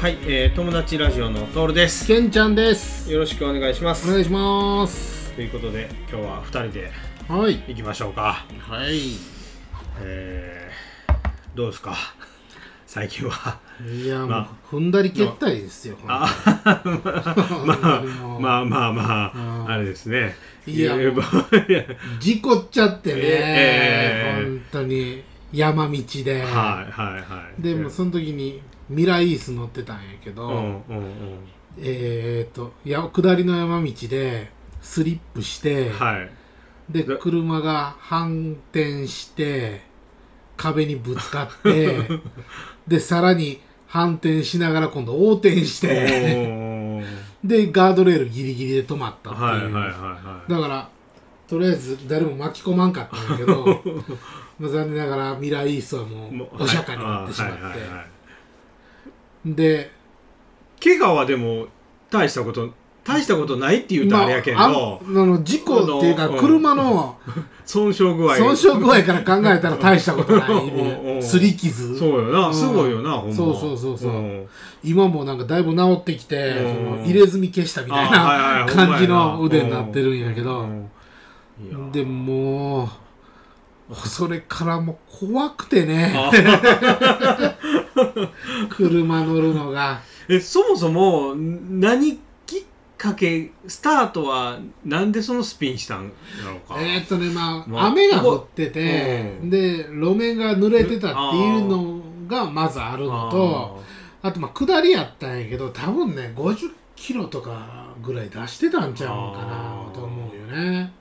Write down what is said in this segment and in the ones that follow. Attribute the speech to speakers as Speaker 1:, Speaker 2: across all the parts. Speaker 1: はい、えー、友達ラジオのトールです。
Speaker 2: けんちゃんです
Speaker 1: よろしくお願いしま
Speaker 2: お
Speaker 1: す。
Speaker 2: 願いします
Speaker 1: ということで、今日は二人で
Speaker 2: はい
Speaker 1: 行きましょうか。
Speaker 2: はい
Speaker 1: えー、どうですか最近は。
Speaker 2: いやもう、
Speaker 1: ま
Speaker 2: 踏んだり蹴ったりですよ
Speaker 1: あまあまあまあまあ、
Speaker 2: うん
Speaker 1: あれですね。
Speaker 2: いや
Speaker 1: 言えばいや
Speaker 2: 事故っちゃってね、
Speaker 1: ええ
Speaker 2: 本当に山道で、
Speaker 1: はいはいはい。
Speaker 2: でもその時にミライース乗ってたんやけど、
Speaker 1: うんうんうん。
Speaker 2: えー、とや下りの山道でスリップして、
Speaker 1: はい。
Speaker 2: で
Speaker 1: で
Speaker 2: 車が反転して壁にぶつかって でさらに反転しながら今度横転し
Speaker 1: お
Speaker 2: て
Speaker 1: ー
Speaker 2: でガードレールギリギリで止まったっていう、
Speaker 1: はいはいはいはい。
Speaker 2: だからとりあえず誰も巻き込まんかったんだ けどまあ残念ながらミラーイースはも
Speaker 1: も
Speaker 2: うお釈迦になってしまって、
Speaker 1: はいはいはいはい
Speaker 2: で
Speaker 1: 怪我はでも大したこと大したことないって言うとあれやけ
Speaker 2: まああん
Speaker 1: ど、
Speaker 2: あの事故っていうか
Speaker 1: うん
Speaker 2: 車の
Speaker 1: 損傷具合
Speaker 2: 損傷具合から考えたら大したこ とない
Speaker 1: うんうん
Speaker 2: ね擦り傷
Speaker 1: そうよな、
Speaker 2: うん
Speaker 1: すごいよなほんま
Speaker 2: そうそうそうそうん今もなんかだいぶ治ってきて、
Speaker 1: うん
Speaker 2: その入れ墨消したみたい
Speaker 1: あはいはい
Speaker 2: な
Speaker 1: はい
Speaker 2: 感じの
Speaker 1: ほんま
Speaker 2: 腕
Speaker 1: や
Speaker 2: になってるんやけ
Speaker 1: う
Speaker 2: ど、
Speaker 1: んいや
Speaker 2: でもうそれからもう怖くてね
Speaker 1: あ
Speaker 2: 車乗るのが
Speaker 1: えそもそも何きっかけスタートはなんでそのスピンしたんだろうか
Speaker 2: えーっとねまあ、
Speaker 1: まあ
Speaker 2: 雨が降ってて、
Speaker 1: うん
Speaker 2: で路面が濡れてたっていうのがまずあるのとあとまあ下りやったんやけど多分ね50キロとかぐらい出してたんちゃうんか
Speaker 1: あー
Speaker 2: なと思うよね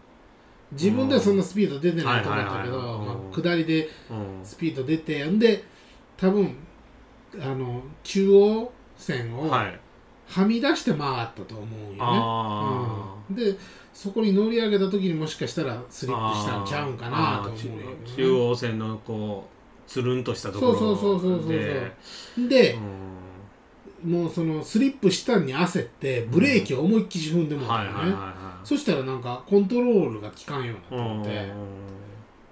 Speaker 2: 自分ではそんなスピード出てないと思ったけど、
Speaker 1: はいはいはいはい
Speaker 2: ま
Speaker 1: うん
Speaker 2: あ、下りで
Speaker 1: あーうん
Speaker 2: スピード出てんで多分あの中央線を
Speaker 1: は
Speaker 2: はいみ出して回ったと思うよね、
Speaker 1: あ
Speaker 2: うん、でそこに乗り上げた時にもしかしたらスリップしたんちゃうんかな
Speaker 1: あ
Speaker 2: と思うよね、
Speaker 1: ー中央線のこうつるんとしたところで
Speaker 2: そうそうそうそうそうそう
Speaker 1: う
Speaker 2: で、
Speaker 1: ん
Speaker 2: もうそのスリップしたんに焦ってブレーキを思いっきり踏んでもら
Speaker 1: は
Speaker 2: っ
Speaker 1: い
Speaker 2: た
Speaker 1: は
Speaker 2: の
Speaker 1: い
Speaker 2: ね、
Speaker 1: はいはい
Speaker 2: そしたらなんかコントロールが効かんようになって
Speaker 1: うん
Speaker 2: 思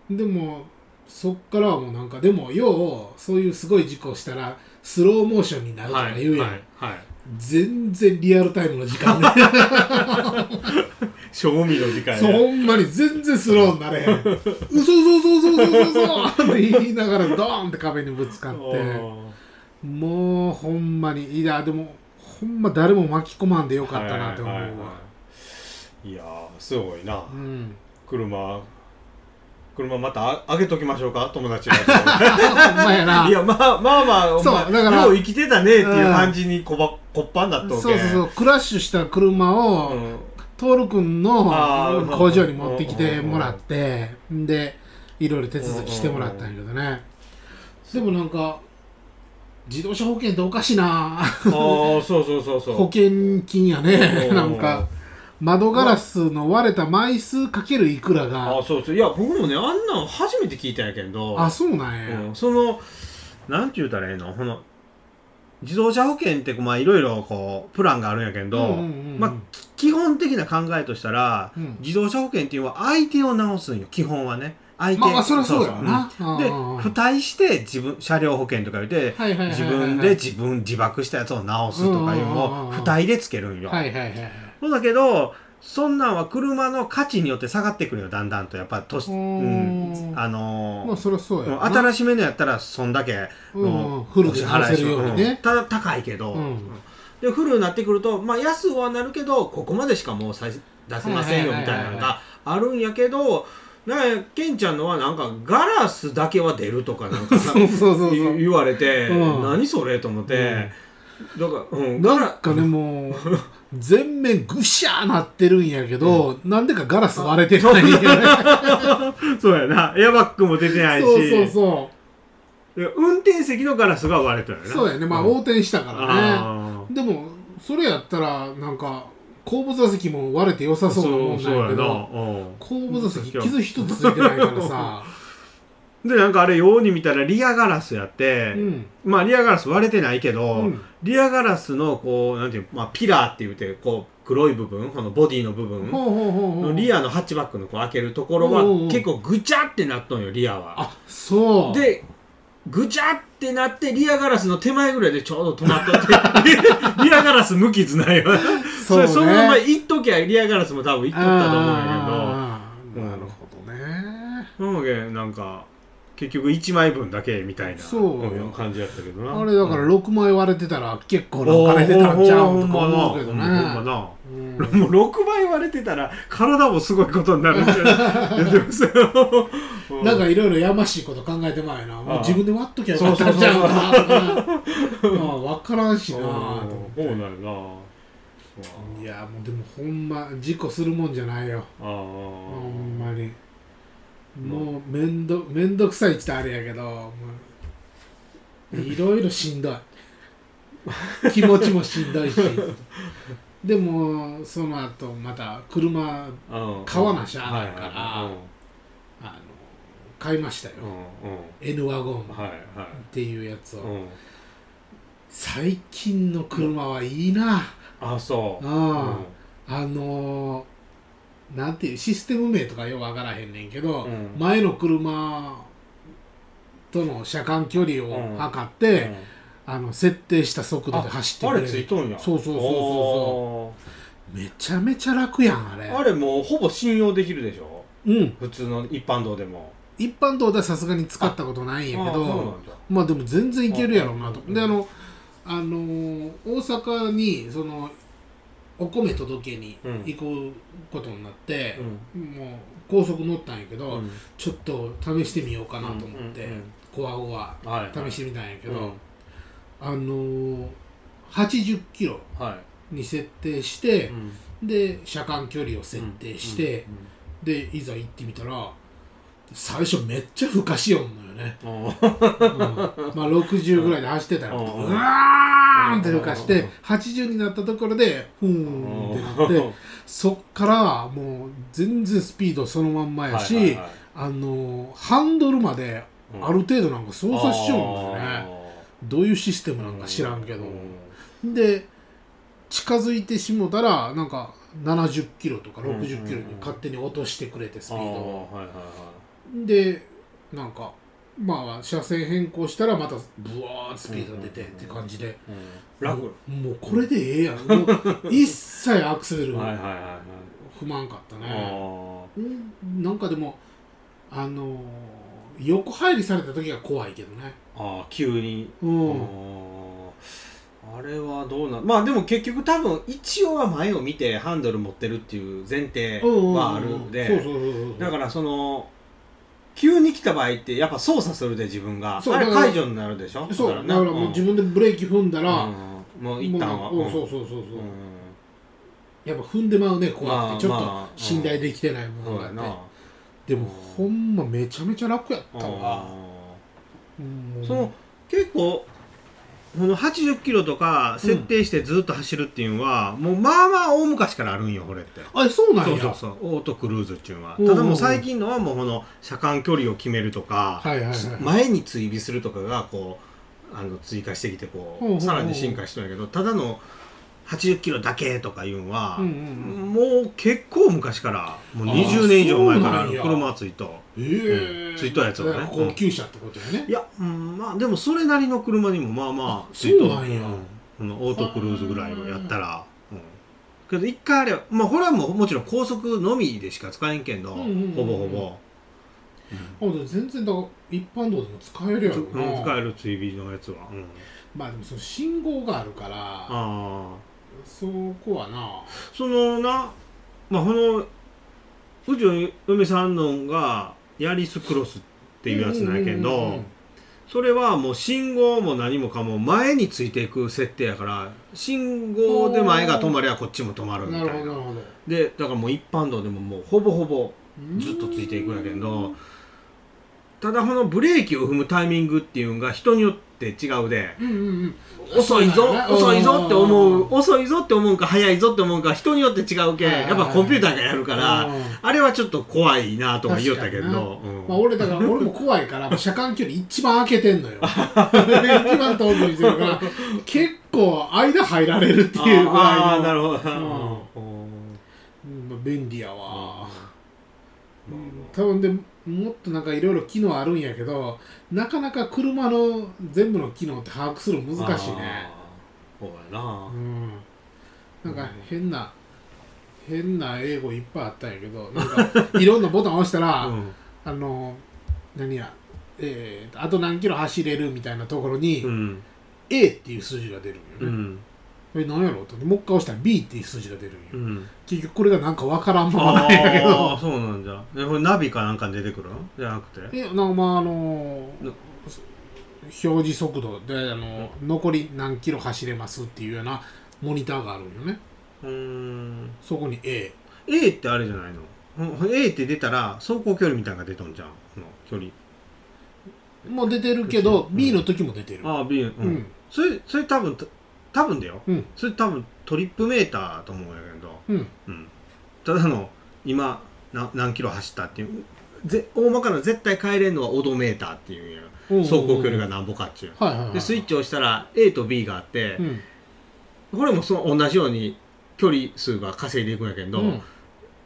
Speaker 2: ってでもそっからはもうなんかでもようそういうすごい事故したらスローモーションになると
Speaker 1: は
Speaker 2: か
Speaker 1: い
Speaker 2: 言うやん、
Speaker 1: はいはい
Speaker 2: 全然リアルタイムの時 間で
Speaker 1: 賞味の時間
Speaker 2: そうほんまに全然スローになれへん嘘嘘嘘嘘嘘嘘嘘って言いながらドーンって壁にぶつかってもうほんまにいやでもほんま誰も巻き込まんでよかったなって思うわ、
Speaker 1: はいはいはいはいいやーすごいな
Speaker 2: うん
Speaker 1: 車車またあ上げときましょうか友達ら
Speaker 2: ほんまやない
Speaker 1: やまあまあまあお前
Speaker 2: そうだから
Speaker 1: よう生きてたねっていう感じにこばこっぱんだった
Speaker 2: そう
Speaker 1: わけ
Speaker 2: そうそうクラッシュした車を、
Speaker 1: うん
Speaker 2: トール君の
Speaker 1: あー
Speaker 2: 工場に持ってきてもらってでいろいろ手続きしてもらったんやけどねでもなんか自動車保険っておかしいな
Speaker 1: ああそうそうそう そう
Speaker 2: 保険金やね
Speaker 1: うん
Speaker 2: なんか窓ガラスの割れた枚数かけるいくら
Speaker 1: あ
Speaker 2: が
Speaker 1: あそうそういや僕もねあんなん初めて聞いたんやけど
Speaker 2: あそうなんや、
Speaker 1: うんそのなんて言うたらええのこの自動車保険ってまあいろいろこうプランがあるんやけど、
Speaker 2: うんうんうん
Speaker 1: まあ基本的な考えとしたら、
Speaker 2: うん
Speaker 1: 自動車保険っていうのは相手を直すんよ基本はね相手
Speaker 2: まあまあそりゃそうやわな
Speaker 1: そうそう
Speaker 2: うんうんう
Speaker 1: で
Speaker 2: ん
Speaker 1: 付帯して自分車両保険とか言って、
Speaker 2: はいはいはいはいはい
Speaker 1: 自分で自分自爆したやつを直すとかいう
Speaker 2: うんうんう
Speaker 1: の
Speaker 2: んう
Speaker 1: を
Speaker 2: ん
Speaker 1: 付帯でつけるんよ、
Speaker 2: はいはいはいはい
Speaker 1: そうだけどそんなんは車の価値によって下がってくるよだんだんとやっぱ年、
Speaker 2: う
Speaker 1: う
Speaker 2: ー
Speaker 1: ん、
Speaker 2: ん
Speaker 1: あのー
Speaker 2: まあそりゃそうや
Speaker 1: もう
Speaker 2: わな
Speaker 1: 新しめのやったらそんだけ
Speaker 2: うんう
Speaker 1: の
Speaker 2: ん古く
Speaker 1: お支
Speaker 2: 直
Speaker 1: 払い
Speaker 2: せ
Speaker 1: し
Speaker 2: るようにね、
Speaker 1: んただ高いけど、
Speaker 2: うん
Speaker 1: でフルになってくるとまあ安はなるけどここまでしかもうさ出せませんよ
Speaker 2: はい
Speaker 1: み
Speaker 2: はいはい
Speaker 1: た
Speaker 2: はいい
Speaker 1: なのがあるんやけどなんやケンちゃんのはなんかガラスだけは出るとかなん か
Speaker 2: そうそうそうそう
Speaker 1: 言言われて、
Speaker 2: うん
Speaker 1: 何それと思って、だから、うん、ガ
Speaker 2: なん
Speaker 1: ラ
Speaker 2: かねもう全面ぐしゃーなってるんやけど、なんでかガラス割れてないんや ね
Speaker 1: そうやなエアバッグも出てないし
Speaker 2: そうそうそ
Speaker 1: で運転席のガラスが割れたよ
Speaker 2: う
Speaker 1: な
Speaker 2: そうやねまあ
Speaker 1: うん
Speaker 2: 横転したからね
Speaker 1: あー
Speaker 2: でもそれやったらなんか後部座席も割れて良さそうなもんなんやけど
Speaker 1: うん
Speaker 2: 後部座席傷一つついてないか らさ、
Speaker 1: でなんかあれように見たらリアガラスやって、
Speaker 2: うん
Speaker 1: まあリアガラス割れてないけ
Speaker 2: う
Speaker 1: ど、
Speaker 2: ん
Speaker 1: リアガラスのこうなんていう、まあ、ピラーって言ってこう黒い部分このボディの部
Speaker 2: ほう
Speaker 1: 分
Speaker 2: ほうほうほ
Speaker 1: の
Speaker 2: う
Speaker 1: リアのハッチバックのこう開けるところは
Speaker 2: おうおう
Speaker 1: 結構ぐちゃってなっとんよリアは。
Speaker 2: あそう
Speaker 1: でぐちゃってなってリアガラスの手前ぐらいでちょうど止まっ たっていうリアガラス無傷ないわそ
Speaker 2: そうね
Speaker 1: れそのまま行っときゃリアガラスも多分行っとったと思うんや
Speaker 2: あーなるほどね、
Speaker 1: けどなのでなんか結局1枚分だけみたいな
Speaker 2: そうん
Speaker 1: 感じやったけどな
Speaker 2: あれだから
Speaker 1: うん
Speaker 2: 6枚割れてたら結構なお金出たんちゃうとか思うけどね
Speaker 1: ほんまなほんまな
Speaker 2: う ん
Speaker 1: もう6倍割れてたら体もすごいことになるんじゃ ない出てますよ
Speaker 2: なんかいろいろやましいこと考えてまいなもう自分で割っときゃよかったんちゃうかなとか なまあ分からんしな
Speaker 1: う
Speaker 2: と
Speaker 1: ん
Speaker 2: 思っ
Speaker 1: そ
Speaker 2: て
Speaker 1: うなるなあ
Speaker 2: いやもうでもほんま事故するもんじゃないよ
Speaker 1: あ
Speaker 2: ほん
Speaker 1: ー
Speaker 2: まにもうめんどめんどくさいって言ったらあれやけどもういろいろしんどい気持ちもしんどいしでもその後また車
Speaker 1: うん
Speaker 2: 買わなしゃあないか
Speaker 1: はい
Speaker 2: ら
Speaker 1: はい
Speaker 2: あの買いましたよ、
Speaker 1: うんうんうん
Speaker 2: N ワゴンっ
Speaker 1: はいは
Speaker 2: ていうやつを、
Speaker 1: いうん
Speaker 2: 最近の車はいいな、
Speaker 1: あそう
Speaker 2: ああのー、なんていうシステム名とかよくわからへんねんけど、
Speaker 1: うん
Speaker 2: 前の車との車間距離
Speaker 1: うん
Speaker 2: を測って、
Speaker 1: うん
Speaker 2: あの設定した速度で走って
Speaker 1: あ
Speaker 2: くれ
Speaker 1: れつい
Speaker 2: る
Speaker 1: とんや
Speaker 2: そうそうそうそうそうめちゃめちゃ楽やんあれ
Speaker 1: あーあれもうほぼ信用できるでしょ
Speaker 2: うん
Speaker 1: 普通の一般道でも
Speaker 2: 一般道ではさすがに使ったことないんやけ
Speaker 1: あーそうな
Speaker 2: ど
Speaker 1: んだ
Speaker 2: まあでも全然いけるやろうなと
Speaker 1: うん
Speaker 2: であのあのー大阪にそのお米届けに行くことになって、
Speaker 1: うん
Speaker 2: もう高速乗ったんやけど、
Speaker 1: うん
Speaker 2: ちょっと試してみようかなと思って
Speaker 1: うんうんうん
Speaker 2: こわごわ
Speaker 1: はいはい
Speaker 2: 試してみたんやけ
Speaker 1: う
Speaker 2: ど、
Speaker 1: ん
Speaker 2: あのー、80キロ
Speaker 1: は
Speaker 2: に設定し
Speaker 1: い
Speaker 2: て
Speaker 1: う、ん
Speaker 2: で車間距離を設定して、でいざ行ってみたら最初めっちゃふかしよんのよね、
Speaker 1: うんうんうん
Speaker 2: うんまあ60ぐらいで走ってたら
Speaker 1: う
Speaker 2: ブ
Speaker 1: ん
Speaker 2: ワーンってふかし
Speaker 1: う
Speaker 2: て
Speaker 1: ん
Speaker 2: 80になったところでふーんってなってそっからもう全然スピードそのまんまやし、
Speaker 1: はいはいはい
Speaker 2: あのハンドルまである程度なんか操作しちゃうんだよね、どういうシステムなんか知らんけど、
Speaker 1: う
Speaker 2: で近づいてしもたらなんか70キロとか60キロに勝手に落としてくれてスピードを、
Speaker 1: あーはいはいはい
Speaker 2: でなんかまあ車線変更したらまたブワーッスピード出てって感じで、
Speaker 1: うん楽
Speaker 2: もうこれでええやん もう一切アクセル
Speaker 1: はいはい
Speaker 2: 踏
Speaker 1: はいはい
Speaker 2: まんかった
Speaker 1: あ
Speaker 2: ね、
Speaker 1: ー
Speaker 2: うんなんかでもあのー横入りされた時が怖いけどね
Speaker 1: あー急に
Speaker 2: うん
Speaker 1: あーあれはどうなんまあでも結局多分一応は前を見てハンドル持ってるっていう前提はあるん
Speaker 2: そう
Speaker 1: で
Speaker 2: そうそうそう
Speaker 1: だからその急に来た場合ってやっぱ操作するで自分が
Speaker 2: そう
Speaker 1: あれ
Speaker 2: だから
Speaker 1: 解除になるでしょ
Speaker 2: そうだからもう自分でブレーキ踏んだら、も
Speaker 1: うんも
Speaker 2: う
Speaker 1: う一旦は
Speaker 2: うんそう
Speaker 1: う
Speaker 2: そうそうそう、
Speaker 1: ん
Speaker 2: やっぱ踏んでまうね怖くてちょ
Speaker 1: ま
Speaker 2: っ
Speaker 1: あ
Speaker 2: と
Speaker 1: まあ
Speaker 2: 信頼できてないも
Speaker 1: そう
Speaker 2: のがあ
Speaker 1: や
Speaker 2: って、
Speaker 1: な
Speaker 2: でもほんまめちゃめちゃ楽やったわうん
Speaker 1: その結構この80キロとか設定してずっと走るっていうのは、もうまあまあ大昔からあるんよこれって
Speaker 2: あそうなんや
Speaker 1: そうそうそうオートクルーズっていうのは
Speaker 2: う
Speaker 1: た
Speaker 2: んうんうん
Speaker 1: だもう最近のはもうこの車間距離を決めるとか、
Speaker 2: はいはいはい
Speaker 1: 前に追尾するとかがこうあの追加してきてこう、
Speaker 2: うんうんうん
Speaker 1: さらに進化してるんやけどただの80キロだけとかいうのは、
Speaker 2: うんうんうん
Speaker 1: もう結構昔からもう
Speaker 2: あー
Speaker 1: 20年以上前からあ
Speaker 2: そうなん
Speaker 1: る
Speaker 2: や
Speaker 1: 車はついと
Speaker 2: ええ
Speaker 1: うんついたやつをね
Speaker 2: だから高級車ってことやね
Speaker 1: い、や、うん、まあでもそれなりの車にもまあまあつい
Speaker 2: そう
Speaker 1: と
Speaker 2: なん
Speaker 1: うん
Speaker 2: や
Speaker 1: このオートクルーズぐらいをやったら、うん、けど一回あれまあこれはもうもちろん高速のみでしか使えんけんど、
Speaker 2: うんうんうん
Speaker 1: ほぼほぼ、
Speaker 2: あでも全然だから一般道でも使えるやろ
Speaker 1: うん
Speaker 2: な、
Speaker 1: 使える追尾のやつは、うん、
Speaker 2: まあでもその信号があるから
Speaker 1: ああ
Speaker 2: そこはな
Speaker 1: そのなまあこのうちの嫁さんのがヤリスクロスっていうやつなんやけど、
Speaker 2: うんうんうんうん
Speaker 1: それはもう信号も何もかも前についていく設定やから信号で前が止まりゃこっちも止まるみた
Speaker 2: ないる
Speaker 1: な
Speaker 2: ほどなるほど
Speaker 1: でだからもう一般道でももうほぼほぼずっとついていくんやけ
Speaker 2: う
Speaker 1: ど
Speaker 2: ん
Speaker 1: ただこのブレーキを踏むタイミングっていうのが人によって違うで
Speaker 2: うんうんうん
Speaker 1: 遅い
Speaker 2: そう
Speaker 1: ぞ
Speaker 2: だよね
Speaker 1: 遅いぞって思
Speaker 2: ん
Speaker 1: う遅いぞって思うか早いぞって思うか人によって違うけん
Speaker 2: はいはい
Speaker 1: やっぱコンピューターがやるか
Speaker 2: うん
Speaker 1: らあれはちょっと怖いなとか言おったけ
Speaker 2: 確か
Speaker 1: どうん
Speaker 2: まあ、俺だから俺も怖いからもう車間距離一番開けてんのよ 一番遠くにしてるから結構間入られるっていうぐ
Speaker 1: あ
Speaker 2: ら
Speaker 1: ー
Speaker 2: い
Speaker 1: な
Speaker 2: の
Speaker 1: るほど
Speaker 2: うんまあ、便利やわうん多分でもっとなんかいろいろ機能あるんやけどなかなか車の全部の機能って把握するの難しいね
Speaker 1: あーそうや
Speaker 2: う
Speaker 1: な、
Speaker 2: んなんか変な変な英語いっぱいあったんやけどなんかいろんなボタン押したら、
Speaker 1: うん
Speaker 2: あの何やえーとあと何キロ走れるみたいなところに、
Speaker 1: うん、
Speaker 2: A っていう数字が出るん
Speaker 1: う
Speaker 2: よね、
Speaker 1: ん、
Speaker 2: これ何やろうと思ってもう一回押したら B っていう数字が出るんよ、
Speaker 1: うん、
Speaker 2: 結局これがなんかわからんまま
Speaker 1: あ
Speaker 2: なんやけど
Speaker 1: あー、そうなんじゃ。え、これナビかなんかに出てくるのじゃなくて。
Speaker 2: えなんかまああのー
Speaker 1: な
Speaker 2: 表示速度であのー残り何キロ走れますっていうようなモニターがあるんよね
Speaker 1: うーん。
Speaker 2: そこに A
Speaker 1: A ってあれじゃないのほ ?A って出たら走行距離みたいなのが出とんじゃん。この距離。
Speaker 2: も出てるけど、
Speaker 1: うん
Speaker 2: B の時も出てる
Speaker 1: ああ、B。う
Speaker 2: うん、
Speaker 1: ん。それ、それ多分、た多分だよ。
Speaker 2: うん
Speaker 1: それ多分トリップメーターと思うんやけど。
Speaker 2: うん
Speaker 1: うん。ただの、今、な何キロ走ったっていう。ぜ大まかな絶対帰れんのはオドメーターっていうんや
Speaker 2: うん
Speaker 1: 走行距離がなんぼかっちゅう
Speaker 2: はいはい、はい、
Speaker 1: でスイッチを押したら A と B があって、
Speaker 2: うん
Speaker 1: これもその同じように距離数が稼いでいくんやけど、
Speaker 2: うん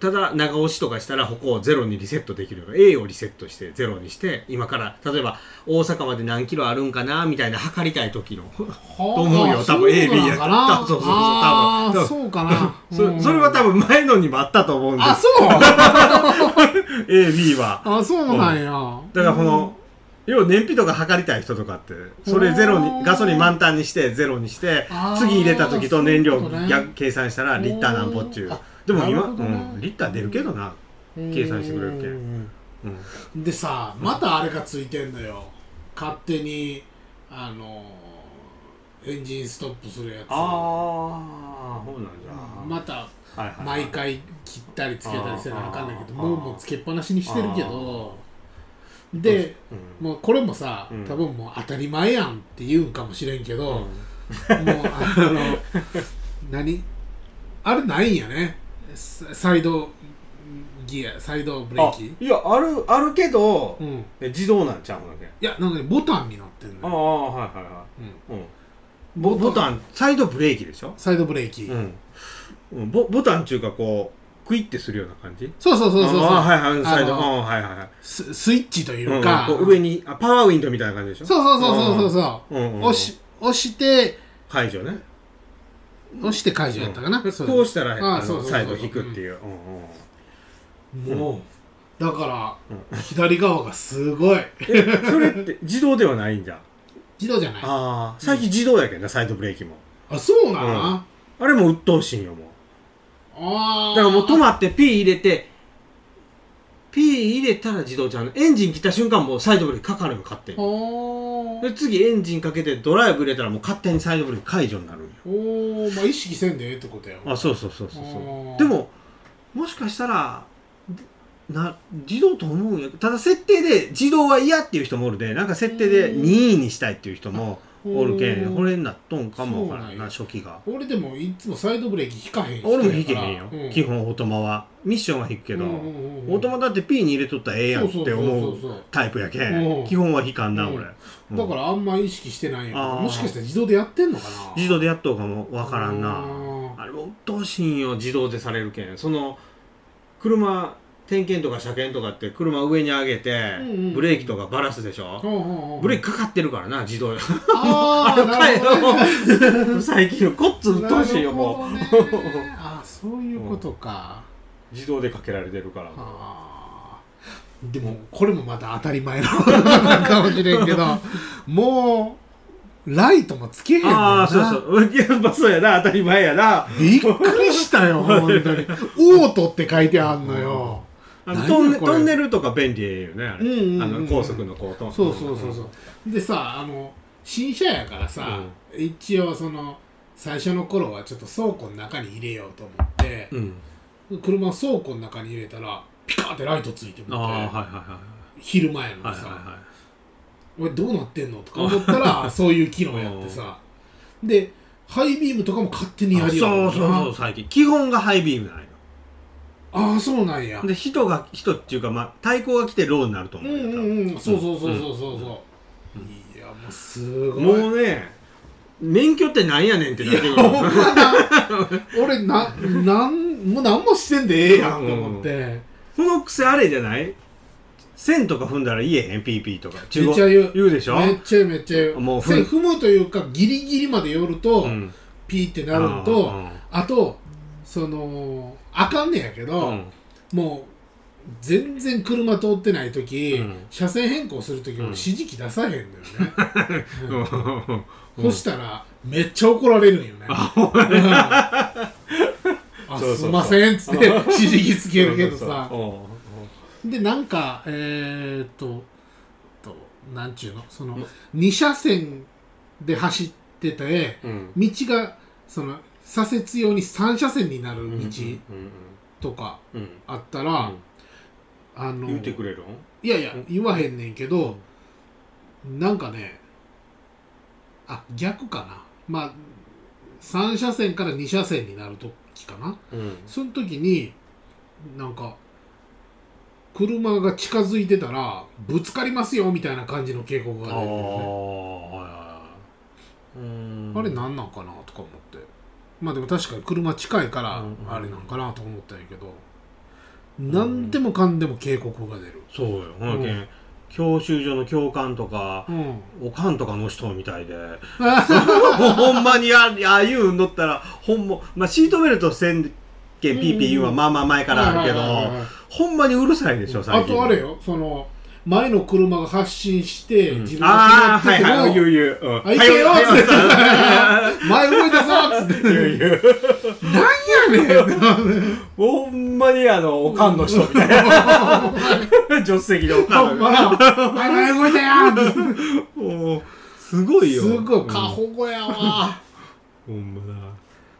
Speaker 1: ただ長押しとかしたら歩行をゼロにリセットできるの A をリセットしてゼロにして今から例えば大阪まで何キロあるんかなみたいな測りたい時の、
Speaker 2: と
Speaker 1: 思うよ多分 A B やった
Speaker 2: な
Speaker 1: そうそうそう 多分
Speaker 2: あー
Speaker 1: 多分
Speaker 2: そうかな
Speaker 1: そそれは多
Speaker 2: 分
Speaker 1: 分前のにもあったと思うんで
Speaker 2: あそう
Speaker 1: す AB は
Speaker 2: あそうなんや
Speaker 1: だからこの、要は燃費とか測りたい人とかってそれゼロ
Speaker 2: おー
Speaker 1: にガソリン満タンにしてゼロにして
Speaker 2: あー
Speaker 1: 次入れた時と燃料
Speaker 2: そういうことね
Speaker 1: 逆計算したらリッターなんぼっちゅ
Speaker 2: お
Speaker 1: う
Speaker 2: ーあ
Speaker 1: でも今、
Speaker 2: なるほどね
Speaker 1: うん、リッター出るけどな、
Speaker 2: うん
Speaker 1: 計算してくれるけうん、
Speaker 2: でさまたあれがついてんのよ勝手にあのエンジンストップするやつ
Speaker 1: ああそうなんじゃ
Speaker 2: また
Speaker 1: はいはい
Speaker 2: 毎回切ったりつけたりせなあかんねんけど
Speaker 1: あー
Speaker 2: もうもうつけっぱなしにしてるけどで
Speaker 1: うん
Speaker 2: もうこれもさ、
Speaker 1: うん
Speaker 2: 多分もう当たり前やんって言うんかもしれんけ
Speaker 1: う
Speaker 2: ど、
Speaker 1: ん
Speaker 2: もうあの何あれないんやねササイドギアサイドブレーキ
Speaker 1: あいやあるあるけど、
Speaker 2: うんい
Speaker 1: え自動なんちゃうのね
Speaker 2: やなんかねボタンになってん
Speaker 1: あ
Speaker 2: のよ、
Speaker 1: あはいはいは
Speaker 2: うん
Speaker 1: い、うん、ボボタンサイドブレーキでしょ、
Speaker 2: サイドブレーキ、
Speaker 1: うんうん、ボボタンっていうかこうクイッてするような感じ
Speaker 2: そうそうそうそうそう、
Speaker 1: ああはいはいサイド
Speaker 2: あ
Speaker 1: う
Speaker 2: の
Speaker 1: んはいはいはい
Speaker 2: ススイッチとい
Speaker 1: うん
Speaker 2: うか、
Speaker 1: こう上にあパワーウィンドウみたいな感じでしょ
Speaker 2: そうそうそうそうそうそ
Speaker 1: うんうん
Speaker 2: う、
Speaker 1: うん
Speaker 2: 押し押して
Speaker 1: 解除ね
Speaker 2: 押して解除やったかな、
Speaker 1: うん
Speaker 2: そ
Speaker 1: こうしたら
Speaker 2: ああ
Speaker 1: あ
Speaker 2: そう
Speaker 1: の
Speaker 2: そうそう
Speaker 1: サイド引くっていう、うんうん
Speaker 2: うもうだから、
Speaker 1: う
Speaker 2: 左側がすごい
Speaker 1: えそれって自動ではないんじゃん
Speaker 2: 自動じゃないあ
Speaker 1: ああ最近自動やけどなサイドブレーキも
Speaker 2: そうなの、あ
Speaker 1: あれもう鬱陶しいんよもう
Speaker 2: あー
Speaker 1: だからもう止まって P 入れて P 入れたら自動ちゃうのエンジン切った瞬間もうサイドブレーキかかるよ勝手に
Speaker 2: お
Speaker 1: で次エンジンかけてドライブ入れたらもう勝手にサイドブレーキ解除になるんよ
Speaker 2: おーまあ意識せんでええってことや
Speaker 1: あそうそうそうそう
Speaker 2: あ
Speaker 1: そう
Speaker 2: ー
Speaker 1: でももしかしたらな自動と思うんやただ設定で自動は嫌っていう人もおるでなんか設定で
Speaker 2: うん
Speaker 1: 任意にしたいっていう人もおるけ
Speaker 2: お
Speaker 1: ん
Speaker 2: ー
Speaker 1: これになっとんかもわから
Speaker 2: そ
Speaker 1: ん
Speaker 2: うな
Speaker 1: なん
Speaker 2: や
Speaker 1: 初期が
Speaker 2: 俺でもいつもサイドブレーキ引かへん
Speaker 1: 俺も引けへんよ、基
Speaker 2: 本
Speaker 1: 本オートマはミッションは引くけど、オート
Speaker 2: マ
Speaker 1: マだって P に入れとったらええやんって思うタイプやけ
Speaker 2: うんん
Speaker 1: 基本は引かんな
Speaker 2: うん
Speaker 1: 俺、うん
Speaker 2: だからあんま意識してないんやけど
Speaker 1: あー
Speaker 2: もしかしたら自動でやってんのかな
Speaker 1: 自動でやっとうかもわからんな
Speaker 2: うん
Speaker 1: あれもうっとうしいんよ自動でされるけんその車点検とか車検とかって車上に上げて
Speaker 2: うんうん
Speaker 1: ブレーキとかバラすでしょ
Speaker 2: ほうほうほう
Speaker 1: ブレーキかかってるからな自動
Speaker 2: あ
Speaker 1: あ
Speaker 2: あ
Speaker 1: の
Speaker 2: な
Speaker 1: 回
Speaker 2: るほどね
Speaker 1: の最近こっつうっとうしいよも
Speaker 2: なるほどねあそういうことか、
Speaker 1: う自動でかけられてるから
Speaker 2: あーでもこれもまた当たり前の なんかもしれんけどもうライトもつけへんねん
Speaker 1: あ
Speaker 2: な
Speaker 1: あそうそういやっぱそうやな当たり前やな
Speaker 2: びっくりしたよ本当にオートって書いてあんのよ
Speaker 1: あの
Speaker 2: 何
Speaker 1: トンネ
Speaker 2: これ
Speaker 1: トンネルとか便利よねあれ、
Speaker 2: うんうんうん
Speaker 1: あの高速のこうトン
Speaker 2: そうそうそうそうでさあの新車やからさ、一応その最初の頃はちょっと倉庫の中に入れようと思って、
Speaker 1: うん
Speaker 2: 車を倉庫の中に入れたらピカーってライトついても
Speaker 1: あ
Speaker 2: ら
Speaker 1: あはい
Speaker 2: って、
Speaker 1: はい
Speaker 2: 昼前の
Speaker 1: はいはい
Speaker 2: さ、
Speaker 1: は
Speaker 2: 俺どうなってんのとか思っ たらそういう機能やってさでハイビームとかも勝手
Speaker 1: い
Speaker 2: に
Speaker 1: はい
Speaker 2: や
Speaker 1: あ
Speaker 2: るよ
Speaker 1: そうそうそう最近基本がハイビームなんよ
Speaker 2: ああそうなんや
Speaker 1: で人が人っていうかまあ対抗が来てローになると
Speaker 2: う
Speaker 1: 思
Speaker 2: ん
Speaker 1: う
Speaker 2: うんん
Speaker 1: だけど
Speaker 2: うんそうそうそうそうそうそう
Speaker 1: うん
Speaker 2: いやもうすごい
Speaker 1: もうね免許ってなんやねんってなってくる
Speaker 2: ほんまな俺ななんもう何もしてんでええやんと思って、
Speaker 1: この癖あれじゃない線とか踏んだら言えへんピーピーとか中国
Speaker 2: めっちゃ言う
Speaker 1: 言うでしょ
Speaker 2: めっちゃめっちゃ言う
Speaker 1: もうふ
Speaker 2: それ踏むというかギリギリまで寄ると、
Speaker 1: うん
Speaker 2: ピーってなるのと、
Speaker 1: うん
Speaker 2: あとそのあかんねやけ
Speaker 1: う
Speaker 2: ど、
Speaker 1: ん
Speaker 2: もう全然車通ってない時、
Speaker 1: うん
Speaker 2: 車線変更する時俺
Speaker 1: うん
Speaker 2: 指示器出さへんのよね、
Speaker 1: う
Speaker 2: うん
Speaker 1: ん
Speaker 2: そしたらめっちゃ怒られ るんよね、うんあ
Speaker 1: そうそうそう
Speaker 2: すんませんっつって指示器つけるけどさ
Speaker 1: うんうん
Speaker 2: でなんかえー、っととなんちゅうのその
Speaker 1: うん
Speaker 2: 2車線で走ってて
Speaker 1: うん
Speaker 2: 道がその左折用に3車線になる
Speaker 1: うん
Speaker 2: 道
Speaker 1: うん
Speaker 2: とか
Speaker 1: うん
Speaker 2: あった
Speaker 1: う
Speaker 2: ら、
Speaker 1: ん
Speaker 2: あの
Speaker 1: 言うてくれるん
Speaker 2: いやいや
Speaker 1: うん
Speaker 2: 言わへんねんけどなんかねあ逆かなまあ3車線から2車線になる時かな
Speaker 1: うん
Speaker 2: その時になんか車が近づいてたらぶつかりますよみたいな感じの警告が出
Speaker 1: あ
Speaker 2: て
Speaker 1: あ
Speaker 2: るね
Speaker 1: はいはいはいうん
Speaker 2: あれなんなんかなとか思ってまあでも確かに車近いから
Speaker 1: うん
Speaker 2: あれなんかなと思ったんやけど何でもかんでも警告が出る
Speaker 1: そうよほんけ
Speaker 2: うん
Speaker 1: ん教習所の教官とか
Speaker 2: うん
Speaker 1: おかんとかの人みたいでほんまにあああいうのったらほんままあシートベルトせんけんピーピー言うはまあまあ前からあるけ
Speaker 2: はいはいはい
Speaker 1: ど
Speaker 2: はい
Speaker 1: ほんまにうるさいでしょ最
Speaker 2: あ
Speaker 1: 近
Speaker 2: とあれよその前の車が発進して
Speaker 1: うん
Speaker 2: 自分
Speaker 1: ああ
Speaker 2: が
Speaker 1: は
Speaker 2: 決
Speaker 1: い
Speaker 2: ま
Speaker 1: はい
Speaker 2: ってて
Speaker 1: 言
Speaker 2: も
Speaker 1: う言ううん
Speaker 2: あ行けよ
Speaker 1: はよ
Speaker 2: つって
Speaker 1: はよ
Speaker 2: 前動いたぞっつっ
Speaker 1: 言う
Speaker 2: て
Speaker 1: 言う
Speaker 2: 何やねん
Speaker 1: ほんまにあの、おかんの人みたい な。助手席でおか
Speaker 2: ほ
Speaker 1: ん
Speaker 2: ん
Speaker 1: の
Speaker 2: まな前動いたや
Speaker 1: お
Speaker 2: ん
Speaker 1: ーすごいよ。
Speaker 2: すごい過
Speaker 1: ほ
Speaker 2: 保護やわ
Speaker 1: ほんまな。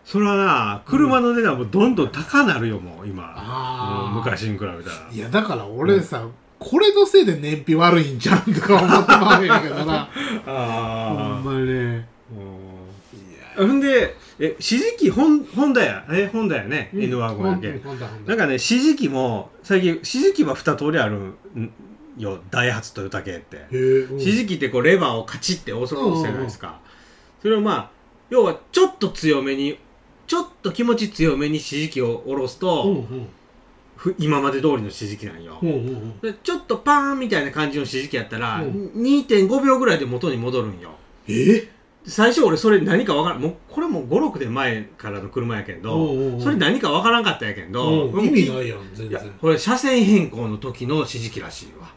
Speaker 1: それはな、車の値段もどんどん高なるよ、もう今。
Speaker 2: あ
Speaker 1: もう
Speaker 2: ー
Speaker 1: 昔に比べたら。
Speaker 2: いやだから俺さこれのせいで燃費悪いんじゃんとか思ってまうんやけどなほん
Speaker 1: あ
Speaker 2: まね
Speaker 1: あ。ほんで、え、指示機、ほん、ホンダや。え、ホンダやね。N15 やけん。
Speaker 2: ほんとほんと
Speaker 1: なんかね、指示機も、最近、指示機は二通りあるんよ。ダイハツとヨタ系って。
Speaker 2: へえうん
Speaker 1: 指示器ってこうレバーをカチッて押すことじゃないですか、それをまあ要はちょっと強めにちょっと気持ち強めに指示器を下ろすと、
Speaker 2: うんうん
Speaker 1: ふ今まで通りの指示器なんよ、
Speaker 2: うんうんうん
Speaker 1: でちょっとパーンみたいな感じの指示器やったら、
Speaker 2: うん
Speaker 1: 2.5秒ぐらいで元に戻るんよ
Speaker 2: え
Speaker 1: 最初俺それ何かわからんもうこれも56年前からの車やけんど、
Speaker 2: うんうんうん
Speaker 1: それ何かわからんかったやけんど、
Speaker 2: うん意味ないいやん全
Speaker 1: いや
Speaker 2: 然
Speaker 1: これ車線変更の時の指示器らしい わ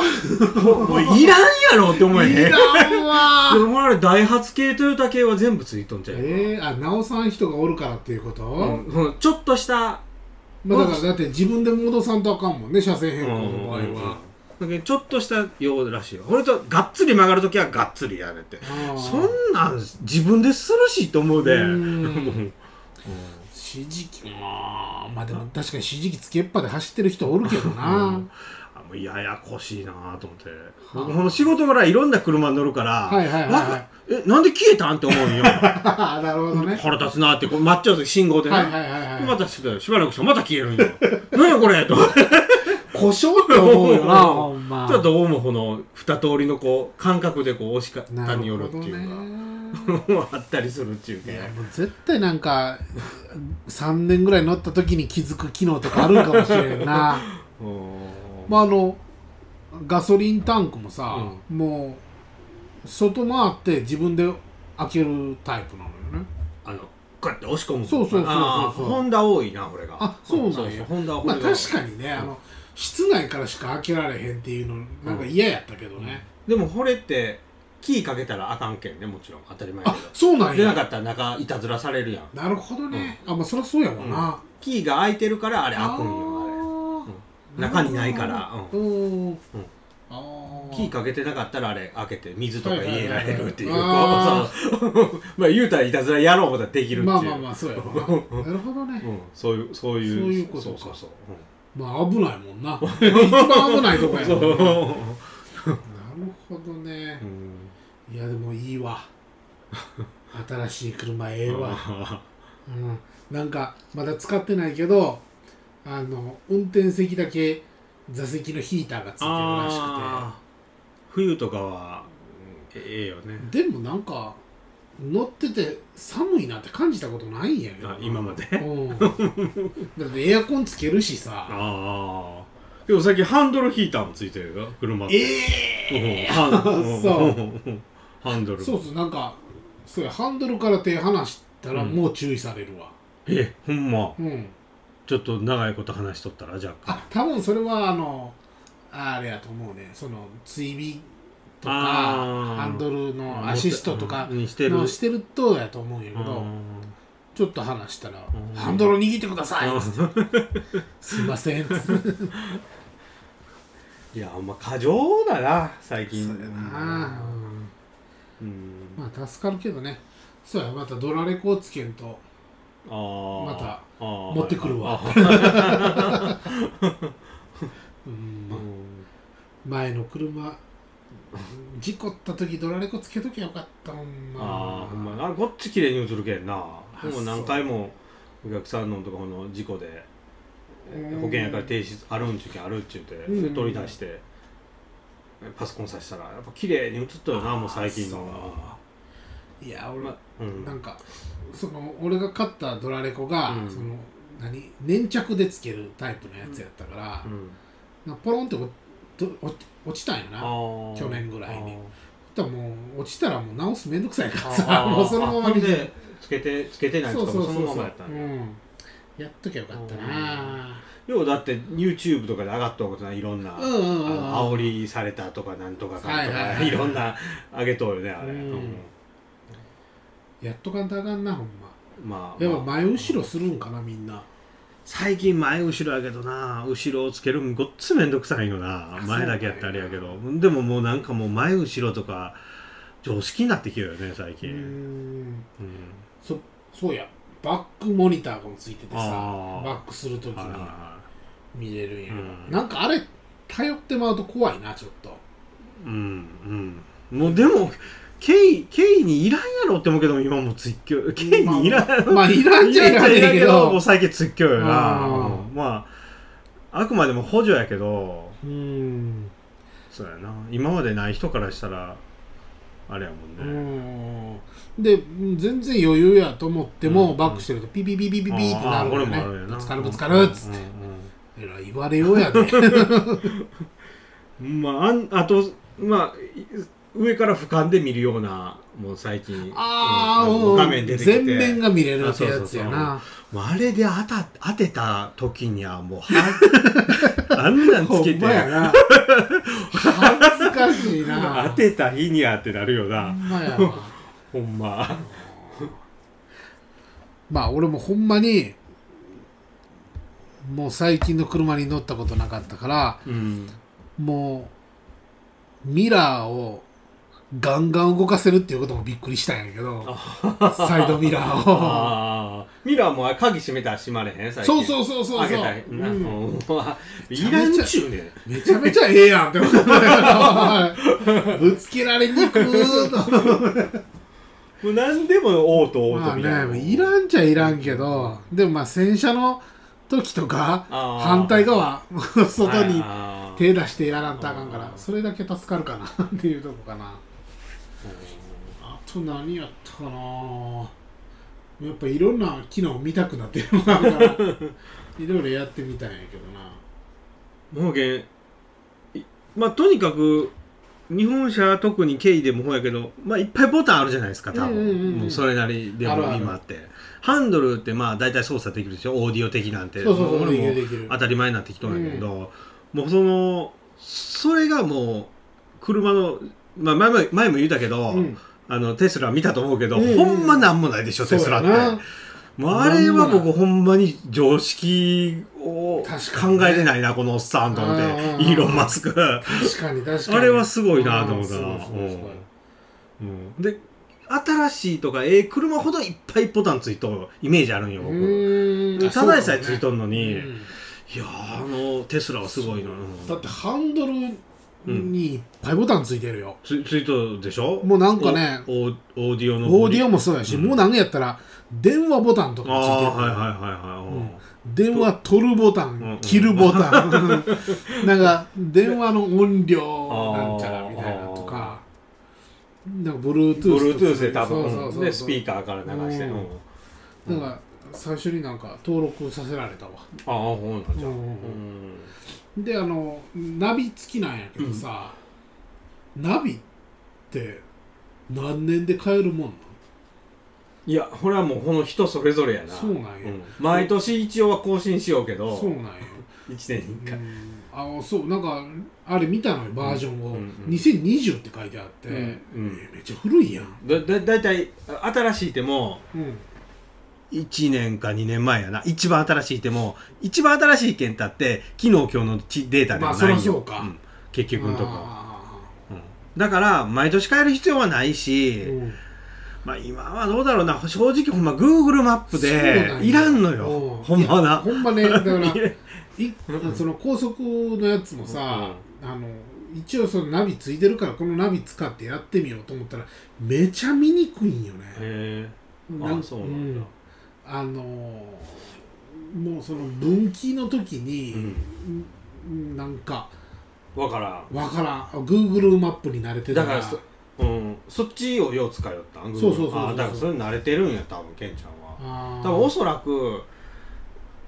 Speaker 2: は
Speaker 1: もういらんやろって思
Speaker 2: あ
Speaker 1: え
Speaker 2: い
Speaker 1: へん
Speaker 2: らんわ
Speaker 1: でもあれダイハツ系トヨタ系は全部ついとんちゃうかな、
Speaker 2: えー、あ直さん人がおるからっていうこと、
Speaker 1: うんそのちょっとした、
Speaker 2: まあ、だからだって自分で戻さんとあかんもんね車線変更の場合は、
Speaker 1: だけどちょっとしたようらしいよこれとがっつり曲がるときはがっつりやれって
Speaker 2: あー
Speaker 1: そんなん自分でするしと思うで
Speaker 2: う
Speaker 1: もうん
Speaker 2: 指示器まあまあでも確かに指示器つけっぱで走ってる人おるけど
Speaker 1: う
Speaker 2: なん
Speaker 1: あもうややこしいなと思って僕この仕事からいろんな車に乗るから、
Speaker 2: はいはいはい
Speaker 1: わかえなんで消えたんって思うん よ
Speaker 2: なるほどね
Speaker 1: 腹立つなってこう待っちゃうと信号でね、
Speaker 2: はいはいはいはい、
Speaker 1: またしてたよしばらくしたらまた消えるんよ 何やこれと
Speaker 2: 故障って思うよな
Speaker 1: うん
Speaker 2: ほんま
Speaker 1: ただどうもこの二通りのこう感覚でこう押し方によるっていう
Speaker 2: なる
Speaker 1: か、
Speaker 2: ほどね
Speaker 1: あったりするっていう
Speaker 2: い
Speaker 1: か
Speaker 2: やもう絶対なんか3年ぐらい乗った時に気づく機能とかあるんかもしれんな まああのガソリンタンクもさ、もう外回って自分で開けるタイプなのよね
Speaker 1: あのこうやって押し込む
Speaker 2: そうそうそうそうそう
Speaker 1: あーホンダ多いな俺が
Speaker 2: あそうなんや
Speaker 1: ホンダは
Speaker 2: まあ確
Speaker 1: に
Speaker 2: かにね、
Speaker 1: ん
Speaker 2: あの室内からしか開けられへんっていうのなんか嫌やったけどね、
Speaker 1: でもこれってキーかけたらあかんけんねもちろん当たり前や
Speaker 2: あ
Speaker 1: け
Speaker 2: そうな
Speaker 1: ど
Speaker 2: ん
Speaker 1: 出
Speaker 2: や
Speaker 1: なかったら中いたずらされるやん
Speaker 2: なるほどね、あまあそりゃそうやわな、
Speaker 1: キーが開いてるからあれ開くんよ
Speaker 2: あ
Speaker 1: あれ中にないから、
Speaker 2: ーう
Speaker 1: うん
Speaker 2: ん、あー
Speaker 1: キーかけてなかったらあれ開けて水とか入れられるっていうこう
Speaker 2: はいはいはいはいあ
Speaker 1: そう まあ言うたらいたずらやろうことはできるっていう
Speaker 2: まあまあまあそ うやわななるほどね、
Speaker 1: うん、そういうそういう
Speaker 2: そういうことか
Speaker 1: そうそう
Speaker 2: まあ危ないもんな 一番危ないとこや
Speaker 1: そう
Speaker 2: も
Speaker 1: ん
Speaker 2: ななる
Speaker 1: そう
Speaker 2: ほどね
Speaker 1: う、ん
Speaker 2: いやでもいいわ新しい車ええわ、うん、なんかまだ使ってないけどあの運転席だけ座席のヒーターがついてるらし
Speaker 1: あー冬とかはええよね
Speaker 2: くてでもなんか乗ってて寒いなって感じたことないんやけど
Speaker 1: あ今まで
Speaker 2: うんだってエアコンつけるしさ
Speaker 1: ああでも最近ハンドルヒーターもついてるよ車って
Speaker 2: ええ
Speaker 1: うんハンド
Speaker 2: そうん
Speaker 1: ハンドル
Speaker 2: そうそうなんかそうやハンドルから手離したら
Speaker 1: うん
Speaker 2: もう注意されるわ
Speaker 1: えほんま
Speaker 2: うん、
Speaker 1: ちょっと長いこと話しとったらじゃあ
Speaker 2: あ多分それはあのあれやと思うねその追尾とか
Speaker 1: あー
Speaker 2: ハンドルのアシストとか
Speaker 1: うんにしてる
Speaker 2: のしてるとやと思うんやけ
Speaker 1: あ
Speaker 2: どちょっと話したら
Speaker 1: ん
Speaker 2: 「ハンドル握ってください」つって
Speaker 1: ー
Speaker 2: すいませ ん」つって
Speaker 1: いやあんま過剰だな最近
Speaker 2: そうやな
Speaker 1: うん
Speaker 2: まあ助かるけどねそうやまたドラレコをつけんと
Speaker 1: あー
Speaker 2: また
Speaker 1: あー
Speaker 2: 持ってくるわ
Speaker 1: あ ー
Speaker 2: うん
Speaker 1: う
Speaker 2: まあ
Speaker 1: ん
Speaker 2: 前の車事故った時ドラレコつけときゃよかったもんな
Speaker 1: あーほんまやなこっち綺麗に映るけんな
Speaker 2: あ
Speaker 1: でも何回もお客さんのとこの事故で
Speaker 2: うん
Speaker 1: 保険やから提出あるんちゅうけんあるっちゅうて
Speaker 2: うん
Speaker 1: で取り出してパソコンさしたらやっぱ綺麗に映ったよなもう最近のはい
Speaker 2: や俺、
Speaker 1: まうん
Speaker 2: なんかその俺が買ったドラレコが、
Speaker 1: うん
Speaker 2: その何粘着でつけるタイプのやつやったから
Speaker 1: う、ん
Speaker 2: なんかポロンって落落落ちたんよな
Speaker 1: あー
Speaker 2: 去年ぐらい
Speaker 1: あ
Speaker 2: に
Speaker 1: ー
Speaker 2: だからもう落ちたらもう直すめんどくさいから
Speaker 1: あ
Speaker 2: さ
Speaker 1: ー
Speaker 2: もう そのまま
Speaker 1: ほん
Speaker 2: に
Speaker 1: でつけてつけてない
Speaker 2: そ
Speaker 1: と
Speaker 2: う
Speaker 1: か
Speaker 2: そ
Speaker 1: も
Speaker 2: う
Speaker 1: そ
Speaker 2: そう
Speaker 1: のまま
Speaker 2: そ
Speaker 1: や
Speaker 2: う
Speaker 1: った、
Speaker 2: う
Speaker 1: や
Speaker 2: んん、やっときゃよかったな
Speaker 1: 要はだって YouTube とかで上がったことないいろんな、
Speaker 2: うんうんうんうん
Speaker 1: あの煽りされたとかなんとかかんとか、
Speaker 2: はい
Speaker 1: い
Speaker 2: はいはい
Speaker 1: ろんな上げとるねあれ、
Speaker 2: うん
Speaker 1: うん
Speaker 2: やっとかんとあかんなほんま
Speaker 1: まあ
Speaker 2: やっぱ
Speaker 1: まあ
Speaker 2: 前後ろするんかなみんな
Speaker 1: 最近前後ろやけどな後ろをつけるんごっつめんどくさいよな
Speaker 2: あ
Speaker 1: 前だけやったらあれやけどでももうなんかもう前後ろとか常識になってきてるよね最
Speaker 2: う
Speaker 1: 近、
Speaker 2: ん
Speaker 1: うん
Speaker 2: そそうやバックモニターがついててさ
Speaker 1: あー
Speaker 2: バックするとき
Speaker 1: はいはい
Speaker 2: に
Speaker 1: は
Speaker 2: 見れるんやけど、
Speaker 1: うん
Speaker 2: なんかあれ頼ってまうと怖いなちょっと
Speaker 1: いうんうんもうでも経緯経緯にいらんやろって思うけど今もう追求経緯にいらんやろ
Speaker 2: まあ、まあいらんじゃいらんねんけ
Speaker 1: もう
Speaker 2: ど
Speaker 1: 最近追求よな
Speaker 2: うん
Speaker 1: うんまああくまでも補助やけど
Speaker 2: うん
Speaker 1: そうやな今までない人からしたらあれやもん
Speaker 2: う
Speaker 1: ね、
Speaker 2: んで全然余裕やと思っても、
Speaker 1: うん
Speaker 2: バックしてるとピピピピピピってなる
Speaker 1: これ
Speaker 2: よ
Speaker 1: も
Speaker 2: ね
Speaker 1: あるよな
Speaker 2: ぶつかるぶつかるっつって、えらい言われようやで、
Speaker 1: うんうんうんまああんあとまあい上から俯瞰で見るようなもう最近
Speaker 2: ああ、
Speaker 1: うん
Speaker 2: うん
Speaker 1: 画面出てきて
Speaker 2: 全面が見れるってやつやな
Speaker 1: もうあれで当た当てた時にはもうはあんなんつけ
Speaker 2: ほん
Speaker 1: て
Speaker 2: まやな恥ずかしいな
Speaker 1: 当てた日にはってなるよ
Speaker 2: ほ
Speaker 1: なん
Speaker 2: まやわ
Speaker 1: ほんま
Speaker 2: まあ俺もほんまにもう最近の車に乗ったことなかったから
Speaker 1: うん
Speaker 2: もうミラーをガンガン動かせるっていうこともびっくりしたんやけどサイドミラーを
Speaker 1: ああミラーも鍵閉めたら閉まれへん最近
Speaker 2: そうそうそうそう
Speaker 1: 開
Speaker 2: そ
Speaker 1: け
Speaker 2: う、
Speaker 1: たい、
Speaker 2: う
Speaker 1: なんもういらんちゅうねん
Speaker 2: めちゃめちゃええやんって思ったんだけどぶつけられにくーと
Speaker 1: もう何でもオートオー
Speaker 2: ま
Speaker 1: ト
Speaker 2: あ
Speaker 1: みたいな、
Speaker 2: ね、いらんちゃいらんけど、でもまあ洗車の時とか、
Speaker 1: あー
Speaker 2: 反対側、外に
Speaker 1: あー
Speaker 2: 手出してやらんとあかんから
Speaker 1: あ、ー
Speaker 2: それだけ助かるかな っていうとこかな。あと何やったかなやっぱいろんな機能見たくなってるのがある から、いろいろやってみたんやけどな。
Speaker 1: もうけんいまあとにかく日本車特に経緯でもほうやけど、まあ、いっぱいボタンあるじゃないですか多分、
Speaker 2: うんうんうんうん
Speaker 1: もうそれなりでも
Speaker 2: あるある
Speaker 1: 今ってハンドルってまあ大体操作できるでしょオーディオ的なんて
Speaker 2: そうそうそう、
Speaker 1: も俺
Speaker 2: でき
Speaker 1: も
Speaker 2: るできる。
Speaker 1: 当たり前になってきとんやけど、もうそのそれがもう車の、まあ、前も前も言うたけど、
Speaker 2: うん
Speaker 1: あのテスラ見たと思うけど、
Speaker 2: うんうん
Speaker 1: ほんまなんもないでしょテスラ
Speaker 2: そうや
Speaker 1: っ
Speaker 2: な
Speaker 1: て。もうあれは
Speaker 2: なんもな
Speaker 1: 僕
Speaker 2: い
Speaker 1: ほんまに常識を考
Speaker 2: 確かにね
Speaker 1: えてないな、このおっさんと思って
Speaker 2: うんうんうん
Speaker 1: イーロン・マスク
Speaker 2: 確かに確かに。
Speaker 1: あれはすごいなと思った
Speaker 2: あ
Speaker 1: な
Speaker 2: ーすごいすごいすごい
Speaker 1: うんで新しいとかええ車ほどいっぱいボタンついとるイメージあるんよ
Speaker 2: う
Speaker 1: 僕、
Speaker 2: ーんあ
Speaker 1: ただでさえついとんのに、
Speaker 2: そうかもねうん
Speaker 1: いやーあのテスラはすごいな、うん
Speaker 2: だってハンドルにいっぱいボタンついてるよ、
Speaker 1: つついとるでしょ
Speaker 2: もうなんかね
Speaker 1: おオーオーディオの
Speaker 2: オーディオもそうやし、
Speaker 1: うん
Speaker 2: もう何やったら電話ボタンとか
Speaker 1: あ
Speaker 2: ついてる
Speaker 1: あーはいはいはいはい、うん
Speaker 2: 電話取るボタン、
Speaker 1: うん
Speaker 2: 切るボタン なんか電話の音量なんちゃらみたいなとかなんか Bluetooth とか
Speaker 1: Bluetooth で多
Speaker 2: そうそうそう
Speaker 1: 分
Speaker 2: そう
Speaker 1: でスピーカーから流して
Speaker 2: う
Speaker 1: うんんあ
Speaker 2: なんか最初になんか登録させられたわ
Speaker 1: あほうなんじゃ
Speaker 2: う
Speaker 1: うん
Speaker 2: うん
Speaker 1: ん
Speaker 2: であのナビ付きなんやけどさ、ナビって何年で買えるもんなん
Speaker 1: いやこれはもうこの人それぞれやな
Speaker 2: そうなんや
Speaker 1: 毎年一応は更新しようけど
Speaker 2: そうなんや
Speaker 1: 1年に1
Speaker 2: う
Speaker 1: 回
Speaker 2: んあそうなんかあれ見たのよバージョンを、
Speaker 1: うんうんうん
Speaker 2: 2020って書いてあって、
Speaker 1: うんうん
Speaker 2: えめっちゃ古いやん、
Speaker 1: だだだいたい新しいても
Speaker 2: うん、
Speaker 1: 1年か2年前やな一番新しいても一番新しい件だって昨日今日のちデータではないよ、
Speaker 2: まあそらそうか
Speaker 1: ん結局のとこ
Speaker 2: あ
Speaker 1: うんだから毎年変える必要はないし、
Speaker 2: ーうん
Speaker 1: まあ今はどうだろうな正直ほんま Google マップ
Speaker 2: そう
Speaker 1: で
Speaker 2: なんや
Speaker 1: いらんの
Speaker 2: う
Speaker 1: よほんま
Speaker 2: いや
Speaker 1: な
Speaker 2: ほんまねだから
Speaker 1: いや
Speaker 2: いその高速のやつもさ、あの一応そのナビついてるからこのナビ使ってやってみようと思ったらめちゃ見にくいんよね、
Speaker 1: へえあ
Speaker 2: な
Speaker 1: そうなんだ
Speaker 2: うあのーもうその分岐の時
Speaker 1: う
Speaker 2: に、
Speaker 1: ん
Speaker 2: うんなんか
Speaker 1: わから
Speaker 2: わからん Google マップに慣れて
Speaker 1: ん
Speaker 2: た
Speaker 1: だ
Speaker 2: ら
Speaker 1: からそ,、うん、そっちをよう使いよったん
Speaker 2: そうそうそうそう
Speaker 1: Google あだからそれ慣れてるんや多分ケンちゃんは
Speaker 2: あー
Speaker 1: 多分おそらく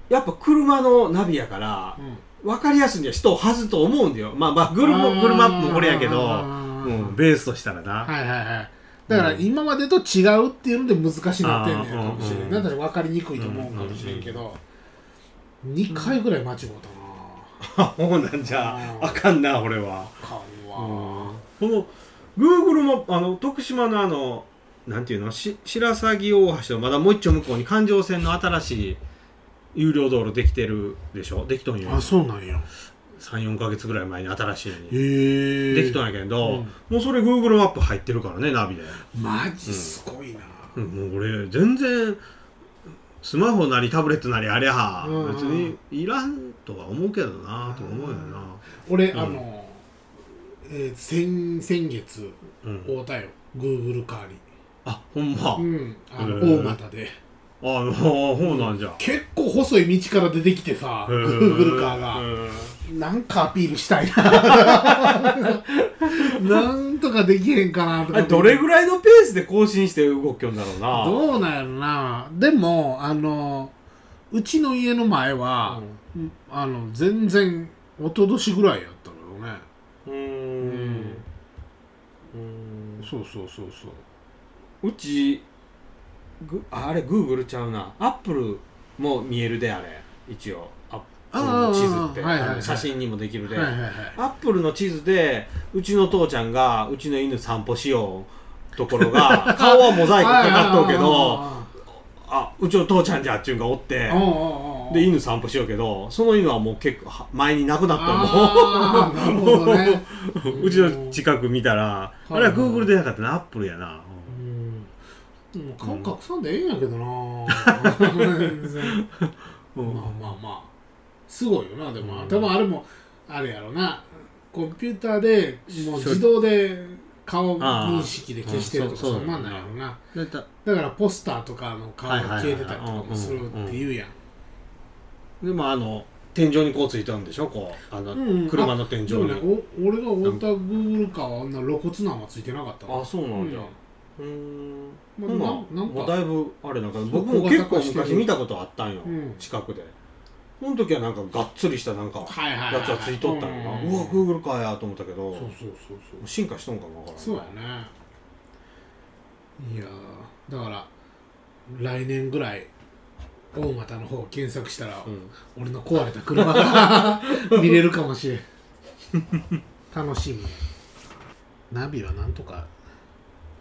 Speaker 1: やっぱ車のナビやから
Speaker 2: うん
Speaker 1: 分かりやすいんや人をはずと思うんだよまあまあグルもグルマップもこれやけ
Speaker 2: あ
Speaker 1: ど、
Speaker 2: ー
Speaker 1: うん、ベースとしたらな、
Speaker 2: はいはいはいだから今までと違うっていうので難しいなってんねんかもしれ
Speaker 1: あーうんん
Speaker 2: なんだろう分かりにくいと思うかもしれんけど2回ぐらい間違うたな
Speaker 1: あそうなんじゃ
Speaker 2: うん
Speaker 1: あかんな俺は。
Speaker 2: あかんわ
Speaker 1: この Google もあの徳島のあのなんていうのし白鷺大橋のまだもう一丁向こうに環状線の新しい有料道路できてるでしょできとんよ
Speaker 2: あそうなんや
Speaker 1: 34か月ぐらい前に新しいの
Speaker 2: へ
Speaker 1: に
Speaker 2: え
Speaker 1: できとんやけど、
Speaker 2: うん
Speaker 1: もうそれ Google マップ入ってるからねナビで、
Speaker 2: マジすごいな
Speaker 1: うんもう俺全然スマホなりタブレットなりありゃ、
Speaker 2: うんうん
Speaker 1: 別にいらんとは思うけどなと思うよな
Speaker 2: 俺
Speaker 1: うん
Speaker 2: あのえー先先月
Speaker 1: うん
Speaker 2: 会うたよ Google カーに
Speaker 1: あほんま、
Speaker 2: うんあの
Speaker 1: へー
Speaker 2: 大股で
Speaker 1: ああほうなんじゃ、
Speaker 2: 結構細い道から出てきてさ Google カーが
Speaker 1: うん
Speaker 2: なんかアピールしたい な。なんとかできへんかなと
Speaker 1: あ
Speaker 2: か。
Speaker 1: れどれぐ
Speaker 2: い
Speaker 1: らいのペースで更新して動きょんだろうな
Speaker 2: どうなんやろな。でも、あの、うちの家の前は、うんあの、全然、一昨年ぐらいやったのよね。
Speaker 1: うーんうん
Speaker 2: そうそうそうそう。
Speaker 1: うちグああれグーグルちゃうなアップルも見えるであれ一応アップルの地図って
Speaker 2: ああああはいはいはい
Speaker 1: あの写真にもできるで、
Speaker 2: はいはいはい。
Speaker 1: アップルの地図でうちの父ちゃんがうちの犬散歩しようところが 顔はモザイクかかっとうけどあうちの父ちゃんじゃっちゅうんがおって
Speaker 2: ああああああ、ああああ
Speaker 1: で犬散歩しようけどその犬はもう結構は前に亡くなったもう
Speaker 2: ああなるほどね。
Speaker 1: うちの近く見たら、
Speaker 2: うん
Speaker 1: あれは Google でなかったな、Apple やな。
Speaker 2: うんもう顔隠さんでええんやけど な。全然
Speaker 1: うん
Speaker 2: まあまあまあすごいよなでも、
Speaker 1: うん
Speaker 2: 多分あれもあれやろなコンピューターでもう自動で顔認識で消してるとか
Speaker 1: ああ
Speaker 2: そ
Speaker 1: うん
Speaker 2: んなんなんやろな
Speaker 1: だった
Speaker 2: だからポスターとかの顔が消えてたりとかもするっていうやん
Speaker 1: でもあの、天井にこうついてるんでしょ、こう。あの、
Speaker 2: うんうん
Speaker 1: 車の天井
Speaker 2: でもね
Speaker 1: に。
Speaker 2: お俺がオーターグーグルカーはあんな露骨なんはついてなかったわ
Speaker 1: あ、そうなんじゃ。
Speaker 2: う
Speaker 1: うーん。
Speaker 2: まあ
Speaker 1: ほんな
Speaker 2: ななんか
Speaker 1: もうだいぶ、あれなんか、
Speaker 2: う
Speaker 1: 僕も結
Speaker 2: 小型化
Speaker 1: 構
Speaker 2: してる
Speaker 1: 昔見たことあったんよ
Speaker 2: うん、
Speaker 1: 近くで。その時はなんか、がっつりしたなんか、
Speaker 2: はいはいはい
Speaker 1: やつはついとったんよな。
Speaker 2: うん
Speaker 1: うわ、Google かやと思ったけ
Speaker 2: そう
Speaker 1: ど、
Speaker 2: そうそうそう
Speaker 1: 進化しとんかもわからん。
Speaker 2: そうやねいやーだから来年ぐらい大股の方を検索したら、
Speaker 1: うん。
Speaker 2: 俺の壊れた車が 見れるかもしれん楽しみナビはなんとか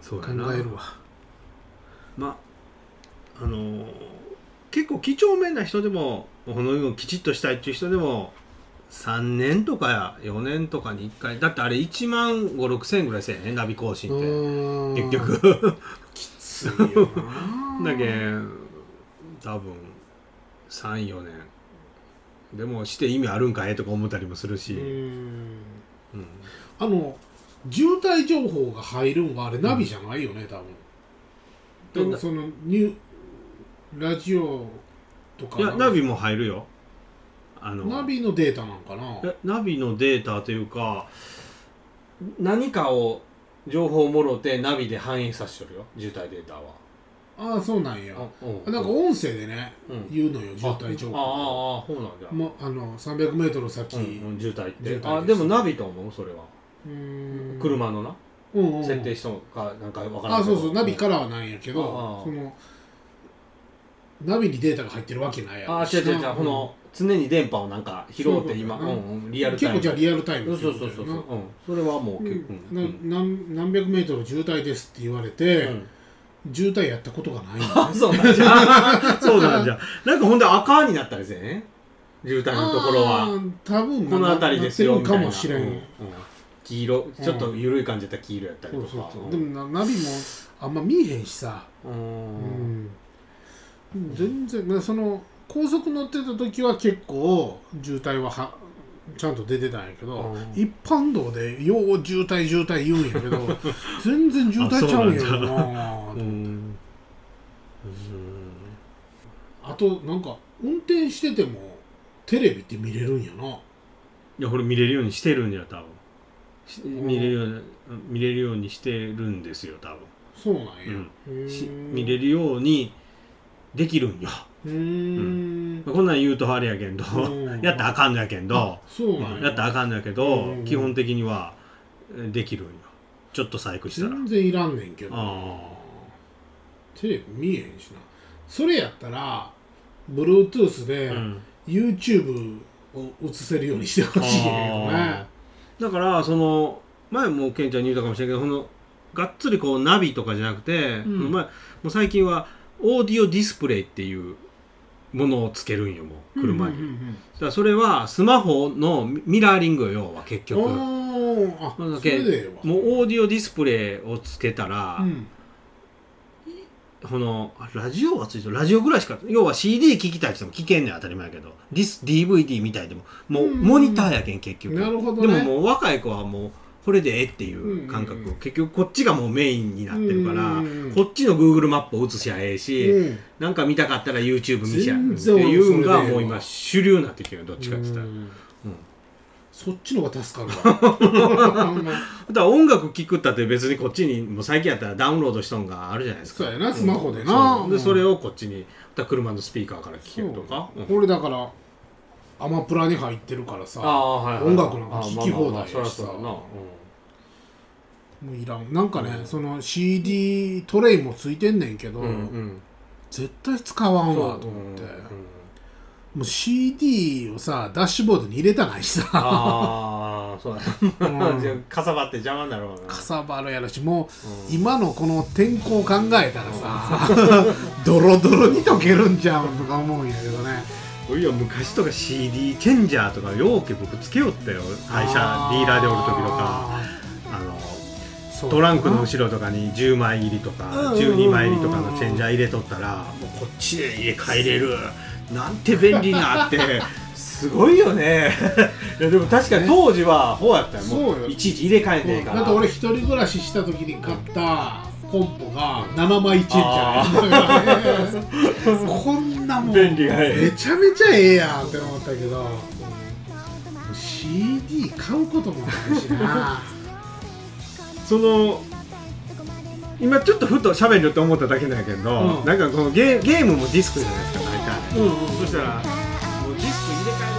Speaker 1: そう
Speaker 2: 考えるわ
Speaker 1: まああのー結構几帳面な人でもこのようにきちっとしたいっていう人でも3年とか4年とかに1回だってあれ1万5 6千円ぐらいせえねナビ更
Speaker 2: う
Speaker 1: 新って
Speaker 2: ー
Speaker 1: 結
Speaker 2: ん
Speaker 1: 局
Speaker 2: きついよ な
Speaker 1: だけん多分34年でもして意味あるんかえとか思ったりもする
Speaker 2: う
Speaker 1: し、
Speaker 2: ーん
Speaker 1: うん
Speaker 2: あの渋滞情報が入るんはあれナビじゃないよね、多分でもそのニュラジオとか
Speaker 1: いやナビも入るよあの
Speaker 2: ナビのデータなんかな
Speaker 1: えナビのデータというか何かを情報もろてナビで反映させとるよ渋滞データは
Speaker 2: ああそうなんや
Speaker 1: う
Speaker 2: なんか音声でね
Speaker 1: うん
Speaker 2: 言うのよ渋滞情
Speaker 1: ああ
Speaker 2: 報
Speaker 1: ああそうなんじゃ、
Speaker 2: もうあの 300m 先
Speaker 1: うんうん、渋滞って
Speaker 2: 渋滞です
Speaker 1: あでもナビと思うそれは、
Speaker 2: うーん
Speaker 1: 車のな
Speaker 2: うんうん
Speaker 1: 設定したのかなんかわから
Speaker 2: あ
Speaker 1: ない
Speaker 2: そうそうナビかららはなんやけ
Speaker 1: あ
Speaker 2: ど
Speaker 1: あ
Speaker 2: そのナビにデータが入ってるわけないやろ
Speaker 1: ああ違う違う違う
Speaker 2: な
Speaker 1: この常に電波をなんか拾うって今
Speaker 2: そういうこと
Speaker 1: う
Speaker 2: やな
Speaker 1: んうんリアル
Speaker 2: 結
Speaker 1: タイ
Speaker 2: 構
Speaker 1: ム
Speaker 2: じゃあリアルタイ
Speaker 1: そ
Speaker 2: ム
Speaker 1: うそうそうそう、うん、それはもう
Speaker 2: う
Speaker 1: 結
Speaker 2: ん
Speaker 1: 構、うん
Speaker 2: な
Speaker 1: うん
Speaker 2: 何何百メートル渋滞ですって言われ
Speaker 1: う
Speaker 2: て
Speaker 1: ん
Speaker 2: 渋滞やったことが ないんだね
Speaker 1: そうなんじゃ そうなんじゃなんかほんで赤になったりせんね渋滞のところ
Speaker 2: あ
Speaker 1: は
Speaker 2: ー多分
Speaker 1: この辺りですよ
Speaker 2: な
Speaker 1: み
Speaker 2: った
Speaker 1: い
Speaker 2: てる
Speaker 1: なん
Speaker 2: かもしれん、
Speaker 1: ううん黄色ちょっと緩い感じだったら黄色やったりと
Speaker 2: そう
Speaker 1: か
Speaker 2: そうそう、
Speaker 1: うん
Speaker 2: でもなナビもあんま見えへんしさ、
Speaker 1: う
Speaker 2: うんん全然なその高速乗ってた時は結構渋滞ははちゃんと出てたんやけど、
Speaker 1: うん
Speaker 2: 一般道でよう渋滞渋滞言うんやけど 全然渋滞ちゃうんやろな
Speaker 1: うんうん
Speaker 2: あとなんか運転しててもテレビって見れるんやない
Speaker 1: やこれ見れるようにしてるんだよ多分し見れるように見れるようにしてるんですよ多
Speaker 2: そうなんや、
Speaker 1: 分し見れるようにできるんよ
Speaker 2: うーん
Speaker 1: こんなん言うとあれやけんど
Speaker 2: うん
Speaker 1: やったらあかんのやけんど
Speaker 2: そうなんや
Speaker 1: やったらあかんのやけど、
Speaker 2: うん
Speaker 1: 基本的にはえーできるんよちょっと細工したら
Speaker 2: 全然いらんねんけど
Speaker 1: あ
Speaker 2: テレビ見えへんしなそれやったら Bluetooth
Speaker 1: あ、
Speaker 2: で
Speaker 1: うん
Speaker 2: YouTube を映せるようにしてほしいんやけどね
Speaker 1: あーだからその前もケンちゃんに言ったかもしれんけどそのがっつりこうナビとかじゃなくて、
Speaker 2: ん
Speaker 1: まあもう最近はオーディオディスプレイっていうものをつけるんよもう車に、
Speaker 2: うんうん
Speaker 1: だからそれはスマホのミミラーリングよ要は結
Speaker 2: う
Speaker 1: 局も
Speaker 2: んあ
Speaker 1: な
Speaker 2: ー
Speaker 1: んだ
Speaker 2: あ
Speaker 1: っ
Speaker 2: そ
Speaker 1: け
Speaker 2: れでええわ
Speaker 1: うオーディオディスプレイをつけたら、
Speaker 2: うん
Speaker 1: このあラジオはついてるラジオぐらいしか要は CD 聴きたい人も聴けんねん当たり前やけどディス DVD みたいでももう
Speaker 2: うん
Speaker 1: モニターやけん結局
Speaker 2: なるほど
Speaker 1: で
Speaker 2: ね
Speaker 1: ももう若い子はもうこれでええっていう感覚、
Speaker 2: うんうんうん
Speaker 1: 結局こっちがもうメインになってるから、
Speaker 2: うんうんうん
Speaker 1: こっちの Google マップを映しゃええし、
Speaker 2: うん
Speaker 1: なんか見たかったら YouTube 見しゃ
Speaker 2: 全
Speaker 1: って
Speaker 2: 然俺
Speaker 1: いうのが
Speaker 2: それでええわ
Speaker 1: もう今主流になってきてるどっちかって言ったら、
Speaker 2: うん
Speaker 1: うん
Speaker 2: そっちの方が助かる わほんま
Speaker 1: だから音楽聴くったって別にこっちにもう最近やったらダウンロードしたのがあるじゃないですか
Speaker 2: そうやなスマホでな
Speaker 1: そうで
Speaker 2: うん
Speaker 1: それをこっちにだから車のスピーカーから聴けるとか、うん
Speaker 2: 俺だからアマプラに入ってるからさ
Speaker 1: あーはいはい
Speaker 2: 音楽なんか聴き放題やしさ
Speaker 1: あまあまあそらそうやなうん
Speaker 2: もういらんなんかね、その CD トレイもついてんねんけど、
Speaker 1: うん
Speaker 2: 絶対使わ
Speaker 1: うんん
Speaker 2: わと思って、
Speaker 1: そううんうん
Speaker 2: もう CD をさダッシュボードに入れたないしさ、
Speaker 1: ああ そう
Speaker 2: う
Speaker 1: だなじゃ
Speaker 2: ん、
Speaker 1: あかさばって邪魔になるわな
Speaker 2: かさばるやろしもう、
Speaker 1: うん
Speaker 2: 今のこの天候考えたらさ、 ドロドロに溶けるんちゃうんとか思うんやけどね
Speaker 1: いや昔とか CD チェンジャーとかようけ僕つけよったよ会社
Speaker 2: あ
Speaker 1: ディーラーでおる時とかあのトランクの後ろとかに10枚入りとか
Speaker 2: うんうんうんうん
Speaker 1: 12枚入りとかのチェンジャー入れとったらもうこっちで入れ替えれるなんて便利なってすごいよね いやでも確かに当時はほうやったよも
Speaker 2: そう
Speaker 1: う
Speaker 2: よ
Speaker 1: いちいち入れ替えてええ
Speaker 2: うん
Speaker 1: か
Speaker 2: だ
Speaker 1: ら
Speaker 2: って俺一人暮らしした時に買ったコンポが7枚チェンジャーや こんなもん
Speaker 1: 便利がいい
Speaker 2: めちゃめちゃええやんって思ったけど CD 買うこともないしな
Speaker 1: その今ちょっとふと喋るって思っただけなんやけど、
Speaker 2: うん
Speaker 1: なんかこのゲーゲームもディスクじゃないですか大体、
Speaker 2: うんうん
Speaker 1: そしたらもうディスク入れ替え